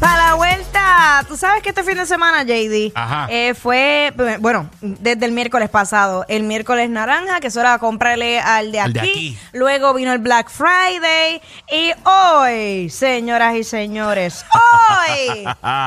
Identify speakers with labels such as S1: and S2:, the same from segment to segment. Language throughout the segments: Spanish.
S1: para la vuelta. Tú sabes que este fin de semana, JD,
S2: Ajá.
S1: eh, fue, bueno, desde el miércoles pasado. El miércoles naranja, que eso era comprarle al de,
S2: Al
S1: aquí.
S2: de aquí.
S1: Luego vino el Black Friday. Y hoy, señoras y señores, hoy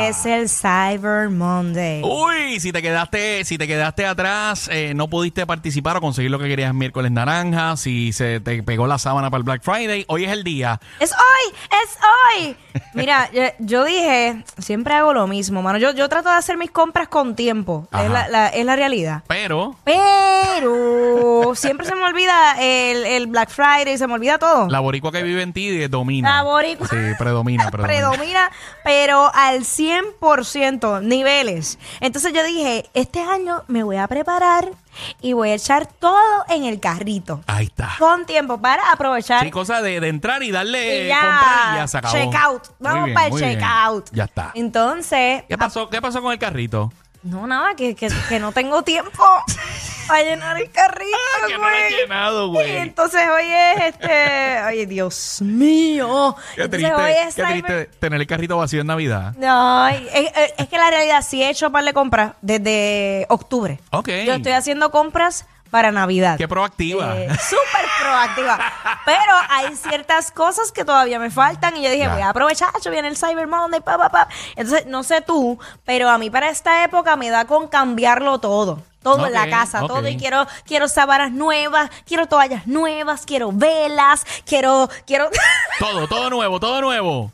S1: es el Cyber Monday.
S2: Oh. Uy, si te quedaste, si te quedaste atrás, eh, no pudiste participar o conseguir lo que querías miércoles naranja, si se te pegó la sábana para el Black Friday, hoy es el día.
S1: Es hoy, es hoy. Mira, yo, yo dije, siempre hago lo mismo, mano. Yo, yo trato de hacer mis compras con tiempo. Es
S2: Ajá.
S1: la- la- es la realidad.
S2: Pero
S1: Pero siempre se me olvida el, el Black Friday, se me olvida todo.
S2: la boricua que vive en ti eh, domina.
S1: La boricua.
S2: Sí, predomina, predomina.
S1: Predomina, pero al 100% niveles. Entonces yo dije, este año me voy a preparar y voy a echar todo en el carrito.
S2: Ahí está.
S1: Con tiempo para aprovechar.
S2: Ah. Sí, cosa de, de entrar y darle
S1: Y ya.
S2: comprar y ya se acabó.
S1: Check out.
S2: Muy
S1: Vamos
S2: bien,
S1: para el
S2: muy bien.
S1: check out.
S2: Ya está.
S1: Entonces,
S2: ¿Qué pasó, ¿Qué pasó con el carrito?
S1: no, nada, que, que, que no tengo tiempo para llenar el carrito.
S2: Ah, que no lo he
S1: güey.
S2: llenado, güey.
S1: Y entonces hoy es este. Oye, Dios mío.
S2: Qué
S1: entonces
S2: triste,
S1: hoy es
S2: qué
S1: Cyber-
S2: triste tener el carrito vacío en Navidad.
S1: No, es, es- es que la realidad sí he hecho par de compras desde octubre.
S2: Ok.
S1: Yo estoy haciendo compras para Navidad.
S2: Qué proactiva.
S1: Eh, Súper proactiva. Pero hay ciertas cosas que todavía me faltan y yo dije,
S2: Ya.
S1: voy a aprovechar, yo viene el Cyber Monday, pa, pa, pa. Entonces, no sé tú, pero a mí para esta época me da con cambiarlo todo. Todo en la
S2: Ok,
S1: casa,
S2: ok.
S1: todo. Y quiero, quiero sábanas nuevas, quiero toallas nuevas, quiero velas, quiero, quiero
S2: Todo, todo nuevo, todo nuevo.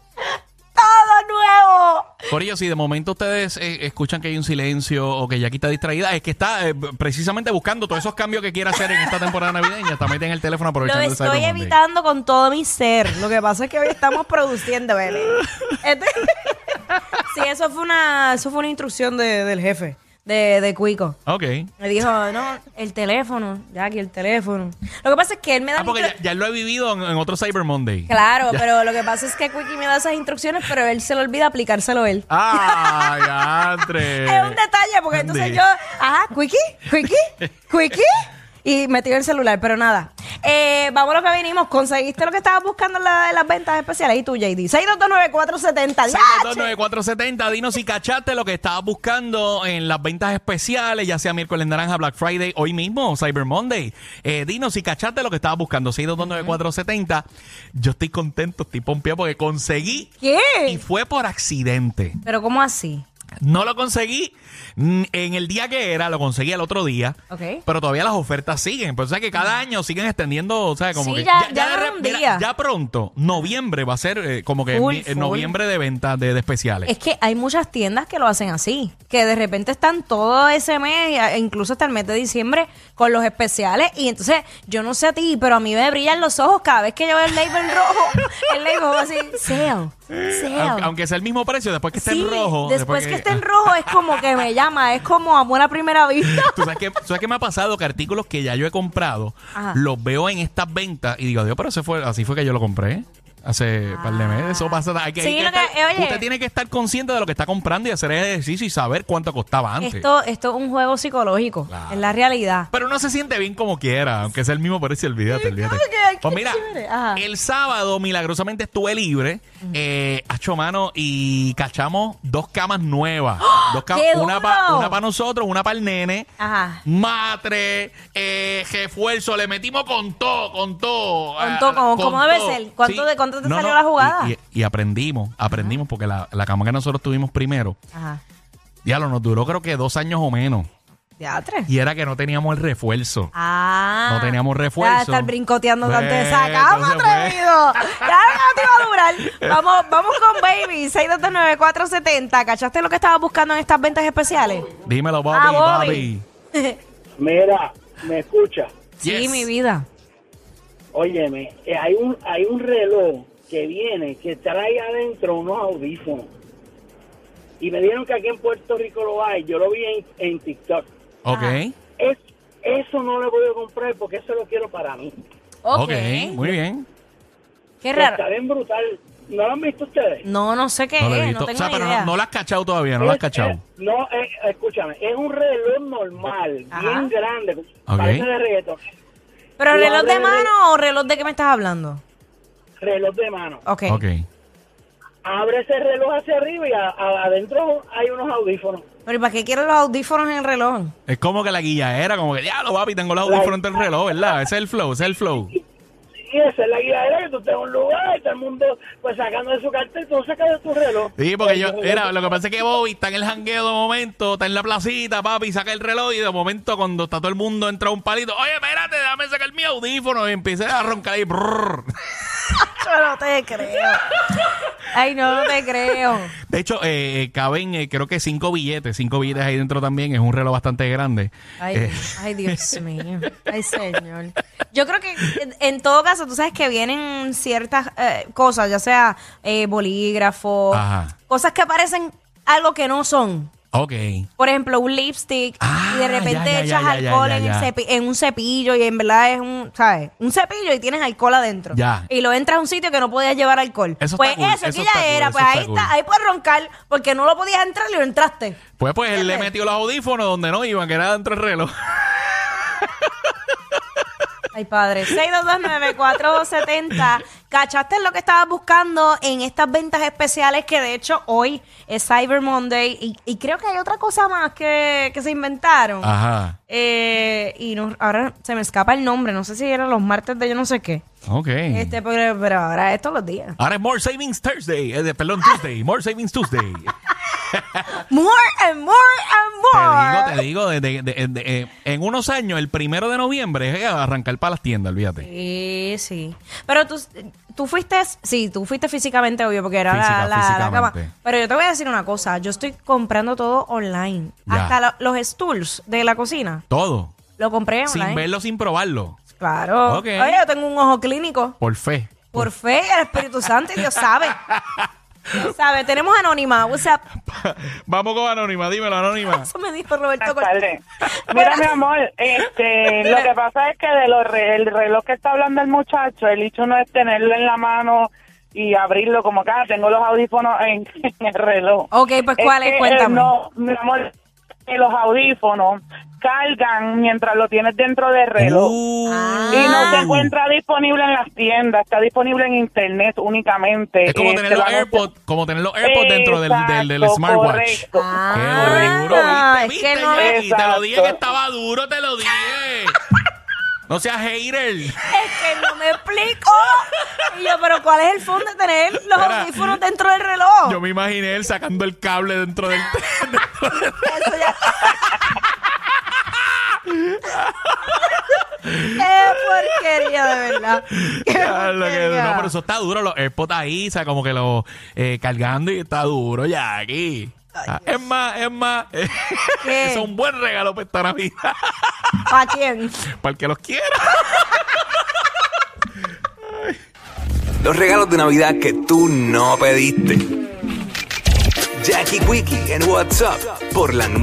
S1: todo nuevo.
S2: Corillo, si de momento ustedes eh, escuchan que hay un silencio o que Jackie está distraída, es que está eh, precisamente buscando todos esos cambios que quiere hacer en esta temporada navideña. Está metida en el teléfono
S1: Lo
S2: aprovechando el Cyber
S1: estoy
S2: Monday.
S1: evitando con todo mi ser. Lo que pasa es que hoy estamos produciendo, bebé. Este- sí, eso fue una, eso fue una instrucción de- del jefe, de, de Cuico.
S2: Ok.
S1: Me dijo, no, el teléfono, Jackie, el teléfono. Lo que pasa es que él me da...
S2: Ah, porque ya,
S1: instru-
S2: ya lo he vivido en, en otro Cyber Monday.
S1: Claro, pero lo que pasa es que Quickie me da esas instrucciones, pero él se le olvida aplicárselo él.
S2: ¡Ah, Andre!
S1: Es un detalle, porque entonces
S2: Andy.
S1: yo, ajá, Quickie, Quickie, Quickie, y metí el celular, pero nada. Eh, vamos a lo que vinimos, conseguiste lo que estabas buscando en, la- en las ventas especiales y tú, JD. 6229470, ¡yache!
S2: 6229470, dinos si cachaste lo que estabas buscando en las ventas especiales, ya sea miércoles naranja, Black Friday, hoy mismo, Cyber Monday. Eh, dinos si cachaste lo que estabas buscando, 6229470. Yo estoy contento, estoy pompeado porque conseguí y
S1: ¿Qué?
S2: fue por accidente.
S1: Pero ¿cómo así?
S2: No lo conseguí mm, en el día que era, lo conseguí el otro día.
S1: Ok. Ah.
S2: Pero todavía las ofertas siguen. Pero o sea que cada año siguen extendiendo, o sea, como
S1: Sí,
S2: que
S1: ya- ya
S2: de
S1: no era
S2: re-
S1: un
S2: mira,
S1: día.
S2: ya pronto, noviembre va a ser eh, como que
S1: Full,
S2: mi- eh,
S1: full.
S2: noviembre de ventas de, de especiales.
S1: Es que hay muchas tiendas que lo hacen así, que de repente están todo ese mes, e incluso hasta el mes de diciembre, con los especiales. Y entonces, yo no sé a ti, pero a mí me brillan los ojos cada vez que yo veo el label rojo. El label así, sale, sale.
S2: Aunque, aunque sea el mismo precio, después que Ah, esté
S1: Sí,
S2: en rojo.
S1: Después que, esté en rojo es como que me llama, es como amor a primera vista.
S2: ¿Tú sabes, qué, tú sabes qué me ha pasado? Que artículos que ya yo he comprado,
S1: Ajá.
S2: los veo en estas ventas y digo, Dios, pero ese fue, así fue que yo lo compré. Hace un par de meses, eso pasa. hay que- hay
S1: Ah. Sí,
S2: que
S1: lo que-
S2: estar-
S1: oye.
S2: usted tiene que estar consciente de lo que está comprando y hacer el ejercicio y saber cuánto costaba antes.
S1: Esto, esto es un juego psicológico,
S2: Claro.
S1: es la realidad.
S2: Pero uno se siente bien como quiera, aunque sea el mismo precio, olvídate, olvídate.
S1: claro que hay que
S2: Pues mira,
S1: chévere, ajá.
S2: el sábado milagrosamente estuve libre, eh, hacho mano, y cachamos dos camas nuevas. Dos camas,
S1: ¡Ah! ¡Qué
S2: una para
S1: duro!
S2: una pa nosotros, una para el nene.
S1: Ajá.
S2: Matre, eh, refuerzo, le metimos con todo, con todo.
S1: Con todo,
S2: ah,
S1: como- como debe
S2: todo.
S1: ser. ¿Cuánto de- cuánto te salió la
S2: y-
S1: jugada?
S2: Y, y aprendimos, aprendimos, porque la, la cama que nosotros tuvimos primero,
S1: Ajá.
S2: diablo, nos duró creo que dos años o menos.
S1: Teatre.
S2: Y era que no teníamos el refuerzo.
S1: Ah.
S2: No teníamos refuerzo.
S1: Ya estar brincoteando
S2: Ve,
S1: tanto de esa cama,
S2: entonces pues. fue.
S1: atrevido. Ya no te iba a durar. Vamos, vamos con Baby, 629-470. ¿Cachaste lo que estabas buscando en estas ventas especiales?
S2: Dímelo, Bobby,
S1: Ah, Bobby.
S2: Bobby.
S3: Mira, me escucha.
S1: Sí,
S2: Yes.
S1: mi vida.
S3: Óyeme, eh, hay un hay un reloj que viene que trae adentro unos audífonos. Y me dijeron que aquí en Puerto Rico lo hay. Yo lo vi en, en TikTok.
S2: Ok.
S3: Es, eso no lo voy a comprar porque eso lo quiero para mí.
S1: Ok.
S2: ok, muy bien.
S1: Qué raro.
S3: Está bien brutal. ¿No lo han visto ustedes?
S1: No, no sé qué
S2: No lo he
S1: es, Eh, no
S2: visto. O
S1: tengo
S2: sea,
S1: ni
S2: pero
S1: idea. eh,
S2: no, no la has cachado todavía, no la has
S3: Es-
S2: cachado.
S3: es- no, eh, escúchame. Es un reloj normal,
S1: Ajá.
S3: bien grande. Parece de reggaetón.
S1: ¿Pero
S3: Tú
S1: reloj de
S3: abres-
S1: mano o reloj de qué me estás hablando?
S3: Reloj de mano.
S1: Ok.
S2: Ok.
S3: Abre ese reloj hacia arriba y a- a- adentro hay unos audífonos.
S1: Pero ¿y para qué quieren los audífonos en el reloj?
S2: Es como que la guía era, como que diablo, papi, tengo los audífonos frente al reloj, ¿verdad? Ese es el flow, ese es el flow.
S3: Sí, esa es la guía que tú tengas un lugar y todo el mundo pues sacando de su cartel, tú sacas de tu reloj. Pues,
S2: Sí, porque yo, era, lo que pasa es que Bobby está en el jangueo de momento, está en la placita, papi, saca el reloj y de momento cuando está todo el mundo entra un palito, oye, espérate, déjame sacar mi audífono y empieza a roncar ahí. brrr.
S1: Yo no te creo. Ay, no, no te creo.
S2: De hecho, eh, eh, caben eh, creo que cinco billetes, cinco billetes ahí dentro también, es un reloj bastante grande.
S1: Ay,
S2: Eh,
S1: ay, Dios mío. Ay, señor. Yo creo que en- en todo caso, tú sabes que vienen ciertas eh, cosas, ya sea eh, bolígrafo,
S2: Ajá.
S1: cosas que parecen algo que no son.
S2: ok.
S1: Por ejemplo, un lipstick
S2: Ah,
S1: y de
S2: ya,
S1: repente
S2: ya,
S1: echas
S2: ya, ya,
S1: alcohol
S2: ya,
S1: en, el
S2: ya.
S1: cepi- en un cepillo y en verdad es un, ¿sabes? Un cepillo y tienes alcohol adentro.
S2: Ya.
S1: Y lo entras a un sitio que no podías llevar alcohol.
S2: Eso está
S1: pues
S2: cool,
S1: eso,
S2: eso
S1: que ya
S2: está cool,
S1: era,
S2: eso
S1: pues
S2: está
S1: ahí
S2: cool.
S1: está, ahí puedes roncar porque no lo podías entrar y lo entraste.
S2: Pues pues él le
S1: ¿Entiendes?
S2: metió los audífonos donde no iban, que era dentro del reloj.
S1: Ay, padre. 6229470. ¿Cachaste lo que estabas buscando en estas ventas especiales que de hecho hoy es Cyber Monday? Y, y creo que hay otra cosa más que, que se inventaron.
S2: Ah, Ajá.
S1: Eh, y no- ahora se me escapa el nombre. No sé si eran los martes de yo no sé qué.
S2: Ok.
S1: Este, pero, pero ahora es todos los días.
S2: Ahora es More Savings Thursday, eh, de- perdón, Tuesday, More Savings Tuesday.
S1: More and more
S2: Ah. te
S1: and
S2: digo,
S1: more.
S2: te digo, de- de- de- de- eh, en unos años, el primero de noviembre es arrancar para las tiendas, olvídate.
S1: Sí, sí. Pero tú, tú fuiste, sí, tú fuiste físicamente, obvio, porque era la-
S2: Física,
S1: la, la cama.
S2: físicamente.
S1: Pero yo te voy a decir una cosa. Yo estoy comprando todo online.
S2: Ya.
S1: Hasta la- los stools de la cocina.
S2: Todo.
S1: Lo compré
S2: Sin
S1: online.
S2: verlo, sin probarlo.
S1: Claro.
S2: Ok.
S1: Oye, yo tengo un ojo clínico.
S2: Por fe.
S1: Por fe, el Espíritu Santo y Dios sabe. Dios sabe. Tenemos anónima. O sea,
S2: Vamos con Anónima, dímelo, Anónima.
S1: eso me dijo Roberto.
S4: Buenas tardes.
S1: Cortés.
S4: Ah, Mira, mi amor, este, lo que pasa es que de los re- el reloj que está hablando el muchacho, el hecho no es tenerlo en la mano y abrirlo como que ah, tengo los audífonos en, en el reloj.
S1: Ok, pues, ¿cuál es?
S4: que, eh,
S1: Cuéntame.
S4: no, mi amor, que los audífonos cargan mientras lo tienes dentro del reloj.
S2: Uh.
S4: Y no
S1: Ah.
S4: se encuentra disponible en las tiendas, está disponible en internet únicamente.
S2: Es como
S4: Este,
S2: tener los
S4: la noche-
S2: AirPods, como tener los AirPods dentro del, del, del
S4: Exacto,
S2: smartwatch.
S4: correcto.
S2: Qué
S1: Ah,
S2: duro, viste,
S1: es
S2: viste,
S1: que no
S2: Jackie, te lo dije que
S4: Exacto.
S2: estaba duro, te lo dije. No seas hater.
S1: Es que no me explico. Y yo, pero ¿cuál es el fondo de tener los
S2: Mira,
S1: audífonos dentro del reloj?
S2: Yo me imaginé él sacando el cable dentro del...
S1: Eso ya. Qué porquería, de verdad. Qué
S2: Ya, lo que-
S1: porquería.
S2: no, pero eso está duro, los AirPods ahí, o sea, como que lo eh, cargando y está duro ya aquí. Ah, es más, es más,
S1: ¿Qué?
S2: es un buen regalo para esta Navidad,
S1: ¿Pa' quién?
S2: para el que los quiera.
S5: Los regalos de Navidad que tú no pediste. Jackie Quickie en WhatsApp por la nueva.